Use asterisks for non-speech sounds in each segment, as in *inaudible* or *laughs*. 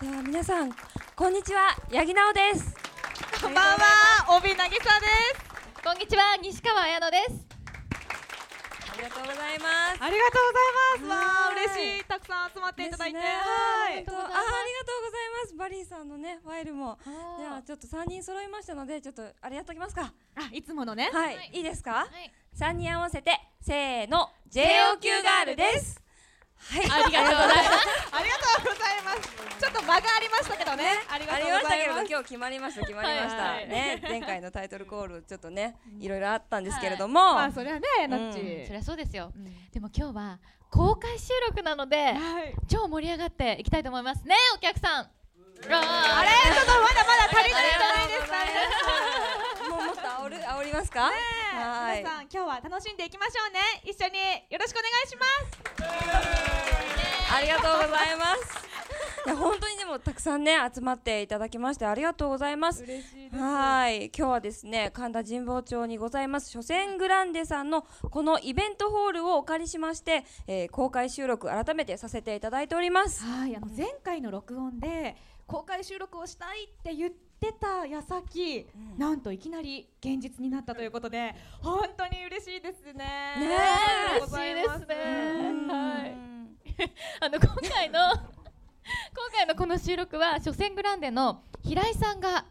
では皆さんこんにちは八木直ですこんばんは、帯渚です。こんにちは西川彩乃ですありがとうございますありがとうございます。わあは、い嬉しい。たくさん集まっていただいて。ですねはい本。当あーありがとうございますバリーさんのねファイルもではちょっと三人揃いましたのでちょっとあれやっときますかあ、いつものね。はい、はいい、いですかはい三人合わせてせーの JOQ ガールですはい *laughs* ありがとうございます。ありがとうございます。ちょっと間がありましたけどね。ありがあとりうまごしざたいけれどます。今日決まりました決まりました、はいはいね前回のタイトルコールちょっとねいろいろあったんですけれども、まあ、それはね、んなっち。そりゃそうですよでも今日は公開収録なのではい。超盛り上がっていきたいと思いますねお客さんああれ、ちょっとまだまだ足りないんじゃないですかね。もうもっと煽る煽りますか。は皆い。さん、今日は楽しんでいきましょうね。一緒によろしくお願いします。ありがとうござい *laughs* ます。いや本当にでもたくさんね集まっていただきましてありがとうございます。嬉しいはい今日はですね神田神保町にございます初戦グランデさんのこのイベントホールをお借りしまして、えー公開収録改めてさせていただいております。はい、あの前回の録音で公開収録をしたいって言ってた矢先、うんなんといきなり現実になったということで本当に嬉しいですね。ねえ嬉しいですねうんはいあの今回の *laughs* 今回のこの収録は初戦グランデの平井さんが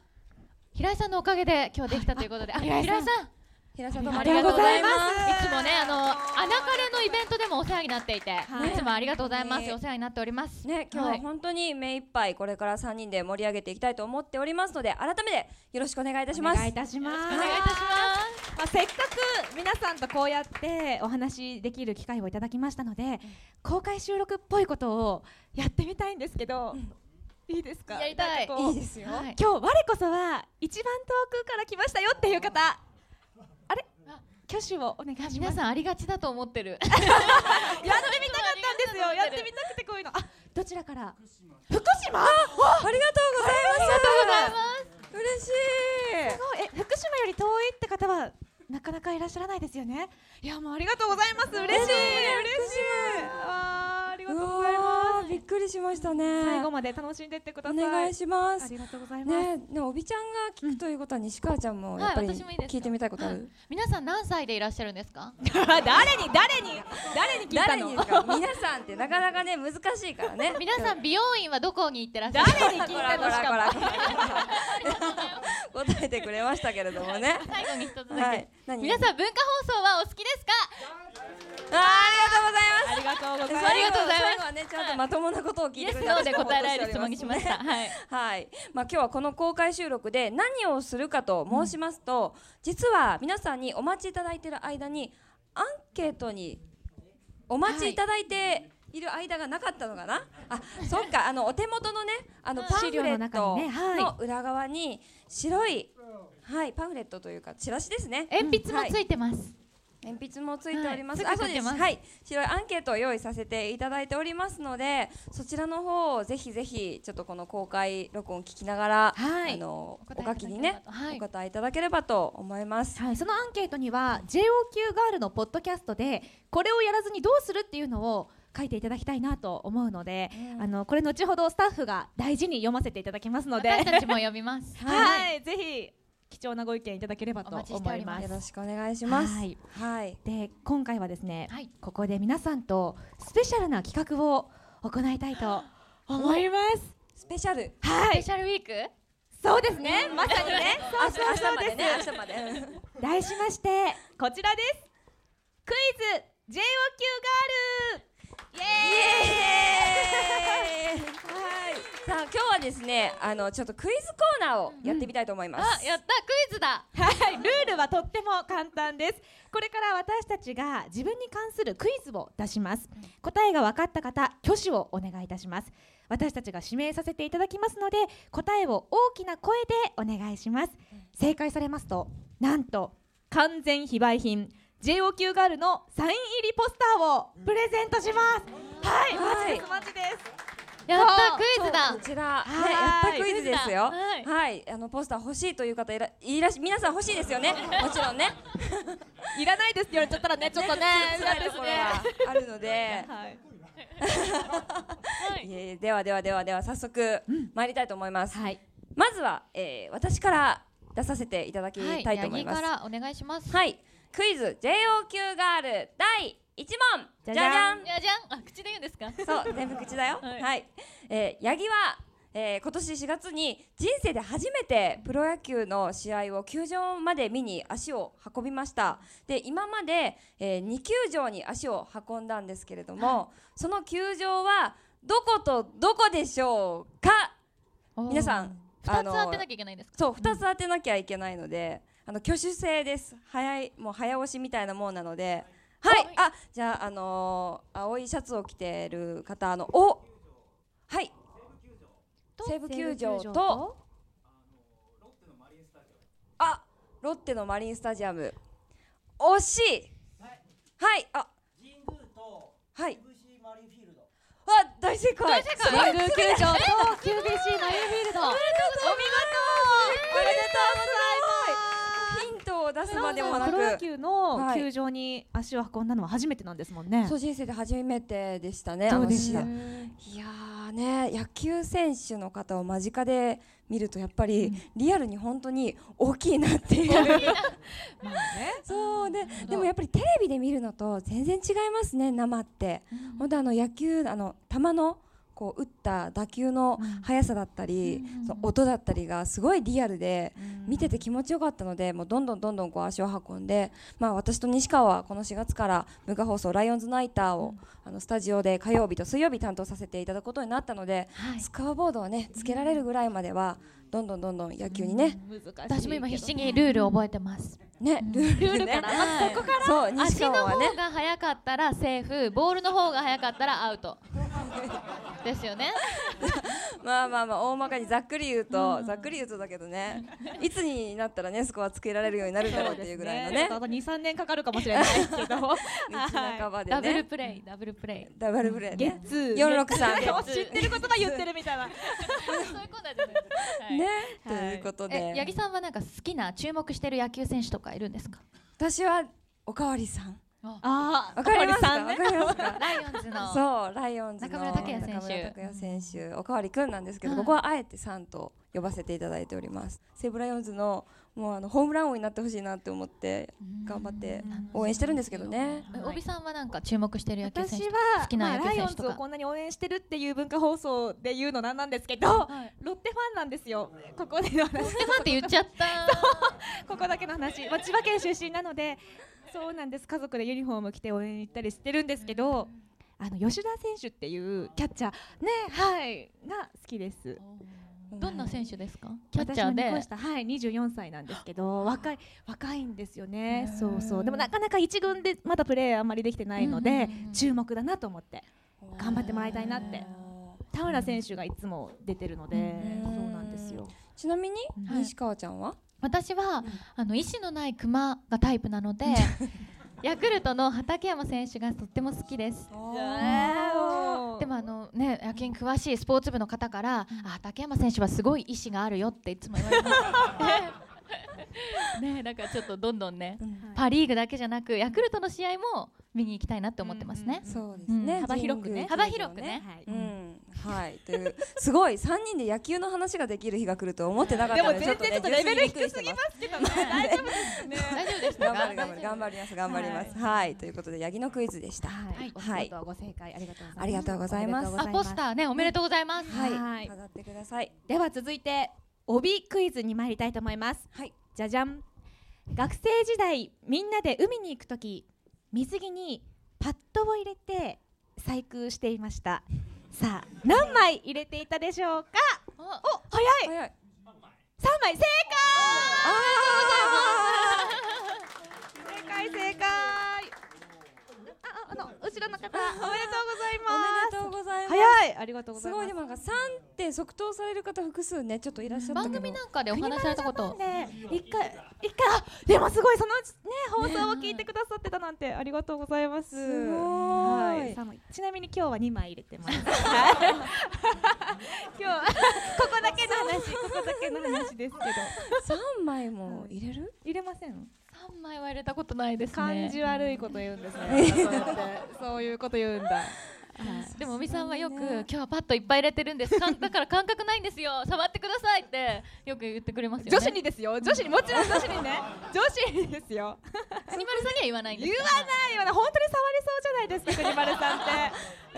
平井さんのおかげで今日できたという *laughs* ことで、あ平井さん平井さん平さんどうもあありりががととうごうござざいいまますす。いつもねあの穴カレのイベントでもお世話になっていて、はいい、つもありがとうございます、お世話になっております、ね、今日ははい本当に目いっぱいこれから3人で盛り上げていきたいと思っておりますので改めてよろしくお願いいたします。お願いいたします。お願いいたしますまあ、せっかく皆さんとこうやってお話しできる機会をいただきましたので、公開収録っぽいことをやってみたいんですけど、いいですかやりたいなんかこういいですよはい今日我こそは一番遠くから来ましたよっていう方あれあ挙手をお願いします皆さんありがちだと思っ *laughs* てるやってみたかったんですよやってみたくてこういうのあどちらから福島ありがとうございまますす。嬉しすごいえ福島より遠いって方はなかなかいらっしゃらないですよねいやもうありがとうございます嬉しい嬉しいあーありい。がとうございますーびっくりしましたね。最後まで楽しんでってくださおい願いしまあす。りがとうございます、ね、でもおびちゃんが聞くということは西川ちゃんもやっぱりはい私もいいです聞いてみたいことあはる。皆さん何歳でいらっしゃるんですか。*laughs* 誰に誰に誰に聞いた誰のにですか。皆さんってなかなかね難しいからね皆さん美容院はどこに行ってらっしゃる誰 *laughs* に聞いほらたほのしらかほもら。答えてくれましたけれどもね。最後に一つだけ、はい。何皆さん文化放送はお好きですかあーあありがとうござりがとうごいますざいます。ありがとうございます最後はねちゃんとまともなことを聞イいエてスくれノたーで答えられる質問にし *laughs* ました、ねはい *laughs* はい、まあ、今日はこの公開収録で何をするかと申しますと、実は皆さんにお待ちいただいている間にアンケートにお待ちいただいている間がなかったのかな、あそっかあのお手元のねあのうんパンフレット資料の中にねの裏側に白い、はい、パンフレットというかチラシですね鉛筆もついてます、鉛筆もついております。はいあ、そうでついてす。ますはい、白いアンケートを用意させていただいておりますので、そちらの方をぜひぜひちょっとこの公開録音を聞きながら、はいあのお答えお書きにいねただければとはいお答えいただければと思います。はい、そのアンケートには JOQ ガールのポッドキャストでこれをやらずにどうするっていうのを書いていただきたいなと思うので、うんあのこれ後ほどスタッフが大事に読ませていただきますの *laughs* で、私たちも呼びますはい、ぜひ貴重なご意見いただければと思お待ちしておりいまますすよ。ろしくお願いします。は。はいい、で今回はですね、はいここで皆さんとスペシャルな企画を行いたい *gasps* と思います。スペシャル。はスペい、シャルウィークそうですね、まさにね。明日明日までね、明日まで。題しましてこちらですクイズ JOQ ガールイイエーイさあ今日はですね、あのちょっとクイズコーナーをやってみたいと思います。あやったクイズだはい、ルールはとっても簡単ですこれから私たちが自分に関するクイズを出します答えが分かった方挙手をお願いいたします私たちが指名させていただきますので答えを大きな声でお願いします正解されますとなんと完全非売品 JOQ ガールのサイン入りポスターをプレゼントしますはい、はいマジですマジですやったクイズだこちら、ね、はいやったクイズですよ。ははいい、あのポスター欲しいという方いらいらっし皆さん欲しいですよ *laughs* ね。もちろんね。いらないですって言われちゃ *laughs* ったらね、ちょっとね、辛いところがあるので、はい、はいはいいえいえではではではでは早速うん参りたいと思います、はいまずは、えー私から出させていただきはいたいと思います八木からお願いしますはい、クイズ JOQ ガール第1問じじゃゃじゃじゃんんいやじゃんあ口で言うんですかそう、全部口だよははいい、えー、八木は、えー、今年4月に人生で初めてプロ野球の試合を球場まで見に足を運びましたで、今まで、えー、2球場に足を運んだんですけれども、その球場はどことどこでしょうか皆さん2あつの当てなきゃいけないんですかそう2つ当てなきゃいけないので、あの挙手制です早いもう早押しみたいなもんなのではい、はいあじゃああのー青いシャツを着てる方あのおはい西武球場とあロッテのマリンスタジアム惜しいはいあ神宮とはい FC マリンフィールド。あ大正解大正解神宮球場と QBC マリンフィールド。おお見事ヒントを出すまでもなプくロ野球の球場に足を運んだのは初めてなんですもんね。そう人生で初めてでしたねどうあので試し合たいやーね野球選手の方を間近で見るとやっぱり、うんリアルに本当に大きいなっていうまあね。そうねほどでもやっぱりテレビで見るのと全然違いますね生って、うん本当あの野球あの球のこう打った打球のうん速さだったり、うんその音だったりがすごいリアルで、見てて気持ちよかったのでもうどんどんどんどんこう足を運んで、まあ、私と西川はこの4月から文化放送「ライオンズナイターを」あのスタジオで火曜日と水曜日担当させていただくことになったので、はいスカーボードをねつけられるぐらいまではどんどんどんどん野球にね,、私も今必死にルール覚えてますねルール,、ね、あ *laughs* そこからそう西足の川はね方が速かったらセーフボールの方が速かったらアウトですよねまあまあまあ大まかにざっくり言うと、ざっくり言うとだけどねいつになったらねスコアつけられるようになるんだろうっていうぐらいの *laughs* ねあと2、3年かかるかもしれないけど。道半ばでダブルねプレイダブルプレイダブルプレーゲねッツー。 463ゲッツー知ってることが言ってるみたいな。そういうコーナーじゃないですはいね、はいということえ八で木さんはなんか好きな注目してる野球選手とかいるんですか私はおかわりさんああ、わかりますかさんわね。かりますか *laughs* ライオンズのそうライオンズの中村拓也選手中村拓也選手おかわりくんなんですけど、はいここはあえてさんと呼ばせていただいております西武ライオンズのもうあのホームラン王になってほしいなって思って頑張って応援してるんですけどねえ帯さんはなんか注目してる野球選私手は好きまなあ野球ライオ選ン手とズかをこんなに応援してるっていう文化放送で言うのなんなんですけど、はいロッテファンなんですよ。ここでの話ステファンって言っちゃったここだけの話、まあ、千葉県出身なのでそうなんです家族でユニフォーム着て応援行ったりしてるんですけどあの吉田選手っていうキャッチャーねはいが好きですどんな選手ですかキャッチャ私ーので二個下はい24歳なんですけど若い若いんですよねへーそうそうでもなかなか一軍でまだプレーあんまりできてないのうんうでんうんうん注目だなと思って頑張ってもらいたいなってへー田村選手がいつも出てるのでうんそうなんですよちなみに、はい西川ちゃんは私は、あの意思のない熊がタイプなの *laughs* でヤクルトの畠山選手がとっても好きですでもあのね野球に詳しいスポーツ部の方から、あ畠山選手はすごい意志があるよっていつも言われます。 *laughs* ねなんかちょっとどんどんねうんはいパ・リーグだけじゃなくヤクルトの試合も見に行きたいなって思ってますね。そうですね、うん幅広くね神幅宮球場広くね。うん、はいというすごい三人で野球の話ができる日が来ると思ってなかっでたのもで全然ちょっとレベル低すぎますけどね大丈夫ですね大丈夫でした頑か張る頑張る頑張ります頑張りますはい、ということでヤギのクイズでした *laughs* はい、はいお仕事ご正解ありがとうございます。ありがとうございますおめであとうござポいまスターねおめでとうございます。はい、はい飾ってくださいすでは続いて帯クイズに参りたいと思います。はいじゃじゃん。学生時代みんなで海に行くとき水着にパッドを入れて細工していました。さあ何枚入れていたでしょうか。おお早い。早い三枚正あ解。正解正解。あああの後ろの方おめでとうございーまおめす。でとうございます早いありがとうござすいます。ごいでもなんか三って即答される方複数ねちょっといらっしゃったけ番ど組なんかでお話しされたこと。ね、一回、一回、あでもすごい、そのうちね、放送を聞いてくださってたなんて、ありがとうございます。すごはーいい三枚ちなみに今日は二枚入れて *laughs* ます。今日は、ここだけの話、ここだけの話ですけど。三枚も入れる入れません。三枚は入れたことないですね。感じ悪いこと言うんですね。そうやってそういうこと言うんだ。でも尾身さんはよく、そうね今日はパッといっぱい入れてるんですかんだ *laughs* から感覚ないんですよ触ってくださいってよく言ってくれますよ *laughs* ね女子にですよ女子にもちろん女子に *laughs* ね女子にですよ国丸さんには言わないんです言わないよね本当に触れそうじゃないですか国丸さんってえ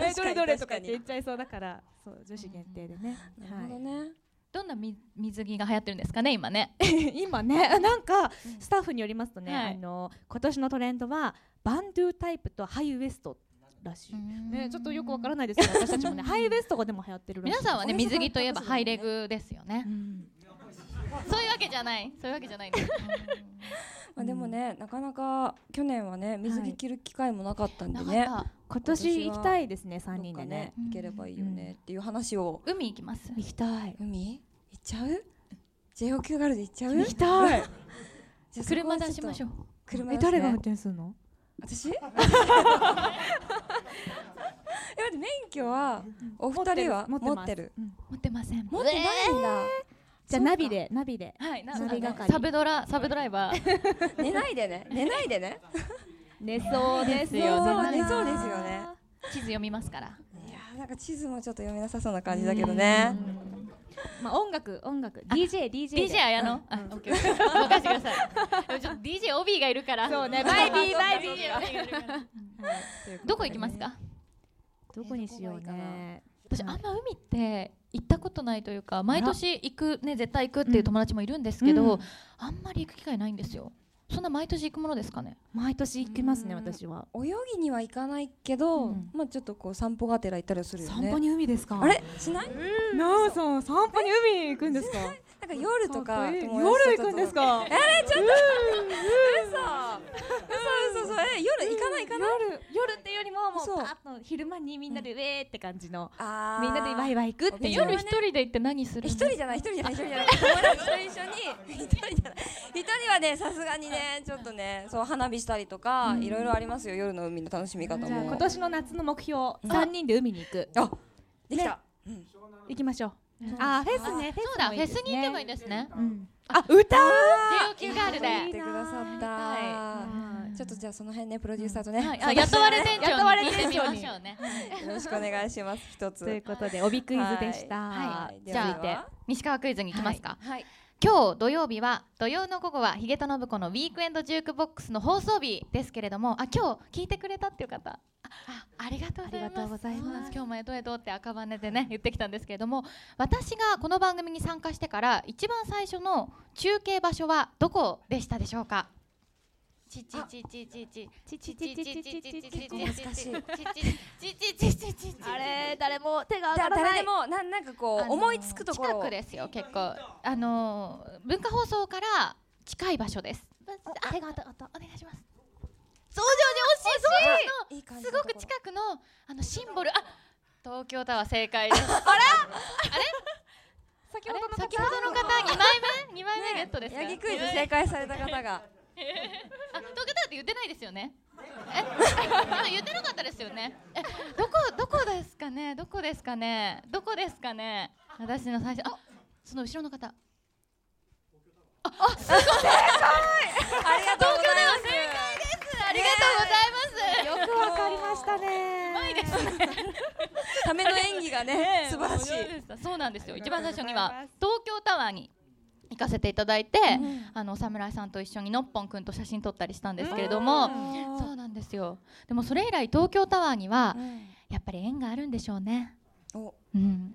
確かどれにどれと確かかっにて言っちゃいそうだからそう女子限定でね、なるほどはね。どんなみ水着が流行ってるんですかね今ねい、 *laughs* 今ねなんかスタッフによりますとね、はいあの今年のトレンドはバンドゥタイプとハイウエストらしい、ねちょっとよくわからないですけど私たちも *laughs* ねハイウエストがでも流行ってるらしい皆さんはねお店水着といえばのハイレグですよねうんそういうわけじゃないそういうわけじゃないんですまあでもね、なかなか去年はね水着着る機会もなかったんでなね。かっ今年行きたいですね三どっ人かでねねうん行ければいいよねっていう話を。た海行きます行きたい海行っちゃう ?JOQ ガールズ行っちゃう行きたいじゃあそこ車はちょっと出しましょう車出えすね誰が運転するの私え待って免許はお二人は持ってるうん持ってません持ってないんだ、じゃあナビでナ *laughs* ビではいなナビあの係サブドラサブドライバー寝ないでね寝ないでね寝そうですよそうね寝そうですよね地図読みますからいやーなんか地図もちょっと読めなさそうな感じだけどねまあ音楽音楽 DJ DJ で DJ 綾乃あオッケーオッケー *laughs* 任せてくださいでもちょっと DJ オビーがいるからそうね *laughs* バイビーバイビー DJ オビーがいるからはいというとでね *laughs* どこ行きますかどこにしようね私あんはいま海って行ったことないというか毎年行くね絶対行くっていう友達もいるんですけうんうどんあんまり行く機会ないんですよそんな毎年行くものですかね毎年行きますねうん私は泳ぎには行かないけど、うんまあちょっとこう散歩がてら行ったりはするよねに海ですかあれしないなおさん散歩に海に行くんですかなんか夜とかかっこいい友達と夜行くんですかあれちょっと嘘嘘嘘嘘え夜行かない行かない夜夜っていうよりももうそうパーッと昼間にみんなでウェーって感じのあーみんなでワイワイ行くってえいう夜一人で行って何するんえで一すか人じゃない一人じゃない一人じゃない友達と一緒に一人じゃない一人はねさすがにねちょっとねそう花火したりとかいろいろありますよ夜の海の楽しみ方じゃあも今年の夏の目標三人で海に行くあできた、行きましょうあーフェスねそうだフェスに行けばいいいんですねうんあ歌19ガールでやってくださったはいちょっとじゃあその辺ねプロデューサーとね、はいあ雇われ店雇わ長れに店長行にってみましょうねよろしくお願いします一つということで帯クイズでしたはいはいではじゃあでは西川クイズに行きますかはい今日土曜日は土曜の午後はヒゲと信子のウィークエンドジュークボックスの放送日ですけれどもあ今日聞いてくれたっていう方ああありがとうございますありがとうございますそうなんで今日もえどえどって赤羽でね言ってきたんですけれども私がこの番組に参加してから一番最初の中継場所はどこでしたでしょうかちちちちちちちちちちちちちちちちちちちち構難しいあれ誰も手が上じゃあがら誰なでいもなんなんかこう思いつくところ近くですよ結構あのー文化放送から近い場所ですあ手が当たったお願いします増上寺惜しいいい感じすのとごこくろ近くのあのシンボルあ東京タワー正解ですあれ先あれほどの先ほどの方2枚目2枚目ゲットですかヤギクイズ正解された方があ、東京タワーって言ってないですよね。え、今言ってなかったですよね。え、どこ、どこですかね、どこですかね、どこですかね。私の最初、あ、その後ろの方。ありがとうございますありがとうごよくざいます。わかりましたねうまいですための演技がね素晴らしい面白ですそうなんですよ。あり一がとう番ござ最います初には東京タワーに行かせていただいて、あのお侍さんと一緒にのっぽんくんと写真撮ったりしたんですけれども、そうなんですよ。でもそれ以来東京タワーにはやっぱり縁があるんでしょうね。おうん、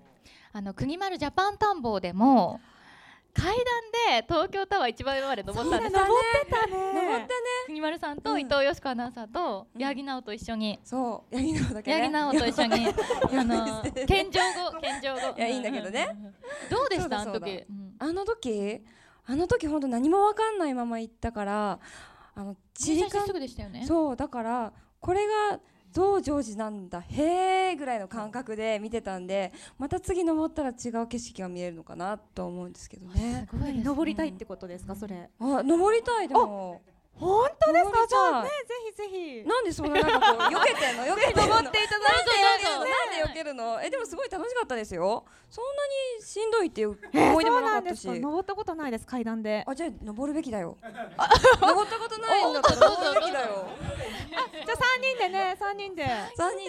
あの国丸ジャパン探訪でも階段で東京タワー一番上まで登ったんですよってたね登ったね国丸さんと伊藤よし子アナウンサーと八木奈緒と一緒に、そうヤギのだけね八木奈緒と一緒 *laughs* にあのいや謙譲 *laughs* 語謙譲語いやいいんだけどねうんどうでしたあそのうだそうだ時、うんあの時あの時本当何もわかんないまま行ったからあの地理入社して観すぐでしたよねそうだからこれが増上寺なんだへーぐらいの感覚で見てたんでまた次登ったら違う景色が見えるのかなと思うんですけどねすごいですね登りたいってことですかそれあ登りたいでも本当当です登かりじたいゃあねぜひぜひなんでそんななんかこう避けてんの避けてんの登っていただないんで避けるのなんで避けるのえでもすごい楽しかったですよそんなにしんどいっていうえー思い出そもうなかなっんでたすし、か登ったことないです階段であじゃあ登るべきだよ登ったことないんだったら登るべきだよじゃあ三人でね三人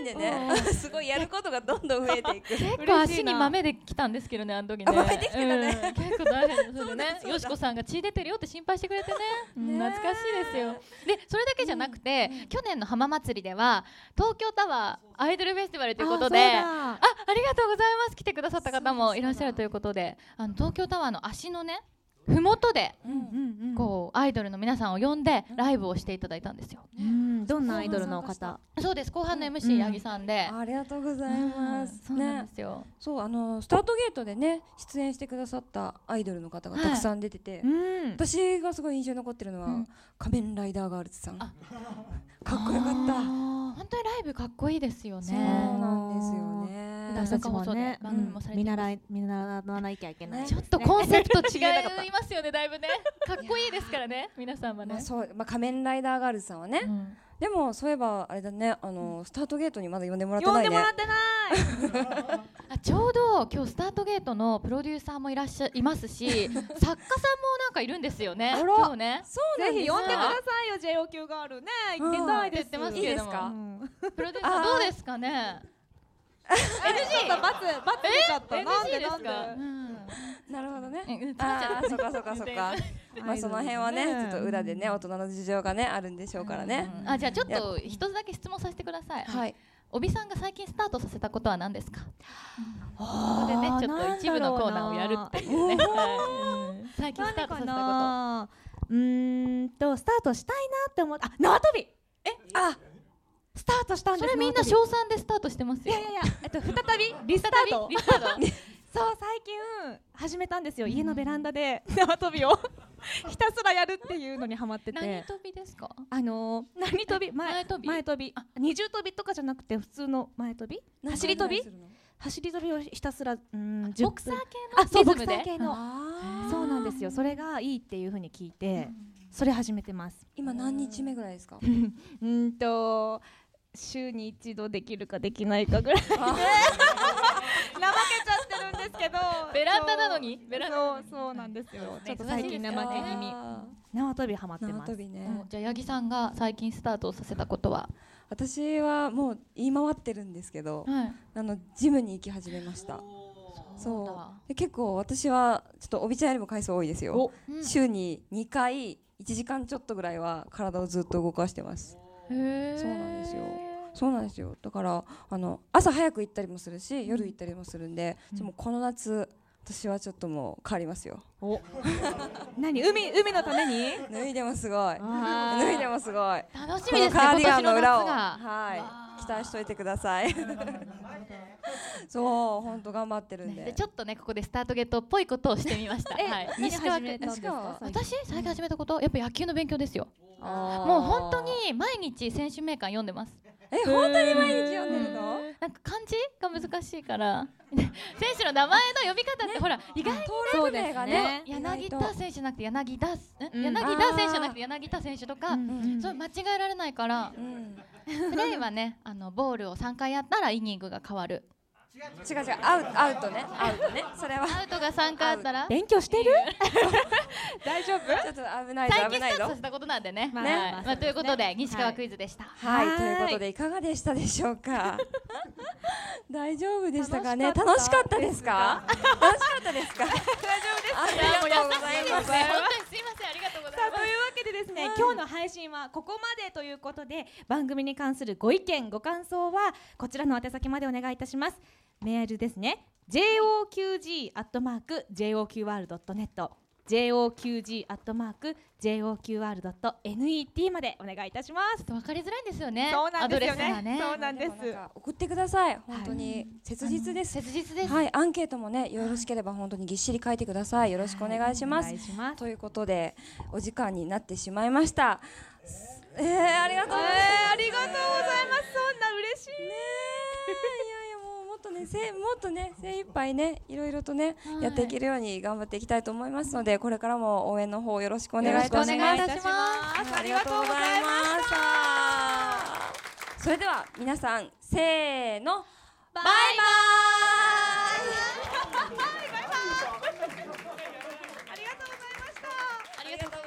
で3人でねすごいやることがどんどん増えていく結構足に豆できたんですけどねあの時ねあ豆できてたねうん *laughs* 結構大変ですそうだよねそうだよしこさんが血出てるよって心配してくれてねうんねえ懐かしいですよでそれだけじゃなくて去年の浜祭りでは東京タワーアイドルフェスティバルということでああありがとうございます来てくださった方もいらっしゃるということであの東京タワーの足のねふもとでこうアイドルの皆さんを呼んでライブをしていただいたんですよううんどんなアイドルのそうそうそう方そうです後半のうん MC 八木さんでありがとうございます、うんそうなんねですよそうあのスタートゲートでね出演してくださったアイドルの方がたくさん出てて、うん私がすごい印象に残ってるのは、うん仮面ライダーガールズさんかあっこよかったあー本当にライブかっこいいですよそうねなんですよね私たちもそうねね番組もされて見います習い見習わなきゃいけないねちょっとコンセプト違いますよね、だいぶね。かっこいいですからね、皆さんはねまあ。そうまあ、仮面ライダーガールズさんはね、うんでもそういえばあれだねあの、スタートゲートにまだ呼んでもらって呼なんいでもねらって *laughs* ないあちょうど今日スタートゲートのプロデューサーもいらっしゃいます *laughs* し作家さんもなんかいるんですよねあら今日ねそうなんぜですひよ呼んでくださいよ JOQ ガールね行ってたいです言ってますけれどもいいですかうんプロデューサーどうですかね NG ちょっと罰罰出ちゃったなんで NG ですなんでかうんなるほどねうんああそっかそっかそっかまあその辺はねアイドルのちょっと裏でね大人の事情がねあるんでしょうからね、うんあじゃあちょっと一つだけ質問させてくださいはい帯さんが最近スタートさせたことは何ですかここでねちょっと一部のコーナーをやるっていう *laughs* ねはいうん最近スター何かトさせたこなうーんとスタートしたいなって思ったあ縄跳びあスタートしたんとそですれみんな縄跳び賞賛でスタートしてますいよやいやいやえっと再びリスタートリスタートそう最近始めたんですよ家のベランダで縄跳びを *laughs* ひたすらやるっていうのにハマ *laughs* って何て飛びですかあのー何跳び前前跳び前跳び二重跳びとかじゃなくて普通の前跳び走り跳び走り跳びをひたすらうーん10分ボクサーあそ系うボのリクサズムーで系のあそうなんですよそれがいいっていう風に聞いてそれ始めてます今何日目ぐらいですかうーんと週に一度できるかできないかぐ *laughs* らいなまけちゃってるんですけ *laughs* どベランダなのにベランダそうそうなんですよちょっと最近なまけ気味あー縄跳びハマって縄ます跳びね、うんじゃあ八木さんが最近スタートをさせたことは、私はもう言い回ってるんですけど、あのジムに行き始めましたそうそだうで結構私はちょっとおびちゃんよりも回数多いですようん週に2回1時間ちょっとぐらいは体をずっと動かしてますへーそうなんですよそうなんですよだからあの朝早く行ったりもするし夜行ったりもするんで、ちょっともうこの夏私はちょっともう変わり *laughs* ますよお *laughs* 何海海のために脱いでもすごいあー *laughs* 脱いでもすごい楽しこみでのすねカー今ディガン年のの夏裏をがはい期待しておいてくださ *laughs* いそう本当頑張ってるんで,、でちょっとねここでスタートゲットっぽいことをしてみま *laughs* したはい何西川始君めたんですか最近私最近始めたことやっぱ野球の勉強ですよあーもう本当に毎日選手名鑑読んでますえ本当に毎日読んでるのなんか漢字が難しいから *laughs* 選手の名前の呼び方ってほら意外に登録名がね意外柳と田選手じゃなくて柳田すんうん柳田選手じゃなくて柳田選手とかう、んそう間違えられないからう、んプレイはね、あのボールを3回やったらイニングが変わる。違う違うアウトアウトねアウトねそれはアウトが3回あったら、勉強してる大丈夫ちょっと危ないぞ危最近なスいタートぞさせたことなんでね。ままああ、まあまあまあということで、西は川いクイズでした。はいはいということでいかがでしたでしょう *laughs* か大丈夫でしたかね楽楽ししかかったですか楽しかったですか大丈夫ですありがとうございます本当にすいません、ありがとうござさいあというわけでですね、今日の配信はここまでということで番組に関するご意見ご感想はこちらの宛先までお願いいたしますメールですね joqg アットマーク joqr ドットネット joqg アットマーク joqr ドット net までお願いいたします。ます。わかりづらいんですよね。そうなんですよアドレスね。がね。そうなんです。なんか送ってください本当に切実です切実です。はいアンケートもねよろしければ本当にぎっしり書いてくださいよろしくお願いしますお願いしますということでお時間になってしまいましたえー、ありがとうございますありがとうございます。そんな嬉しい。ねえいやいやもうもっとね、せもっとね精一杯ねいろいろとね、はいやっていけるように頑張っていきたいと思いますのでこれからも応援の方よろしくお願いしよまろす。しくお願いいたしますありがとうありがとうございまございました。それでは皆さんせーのバイバイ。 *laughs* す。ありがとうございました。ありがとうございました。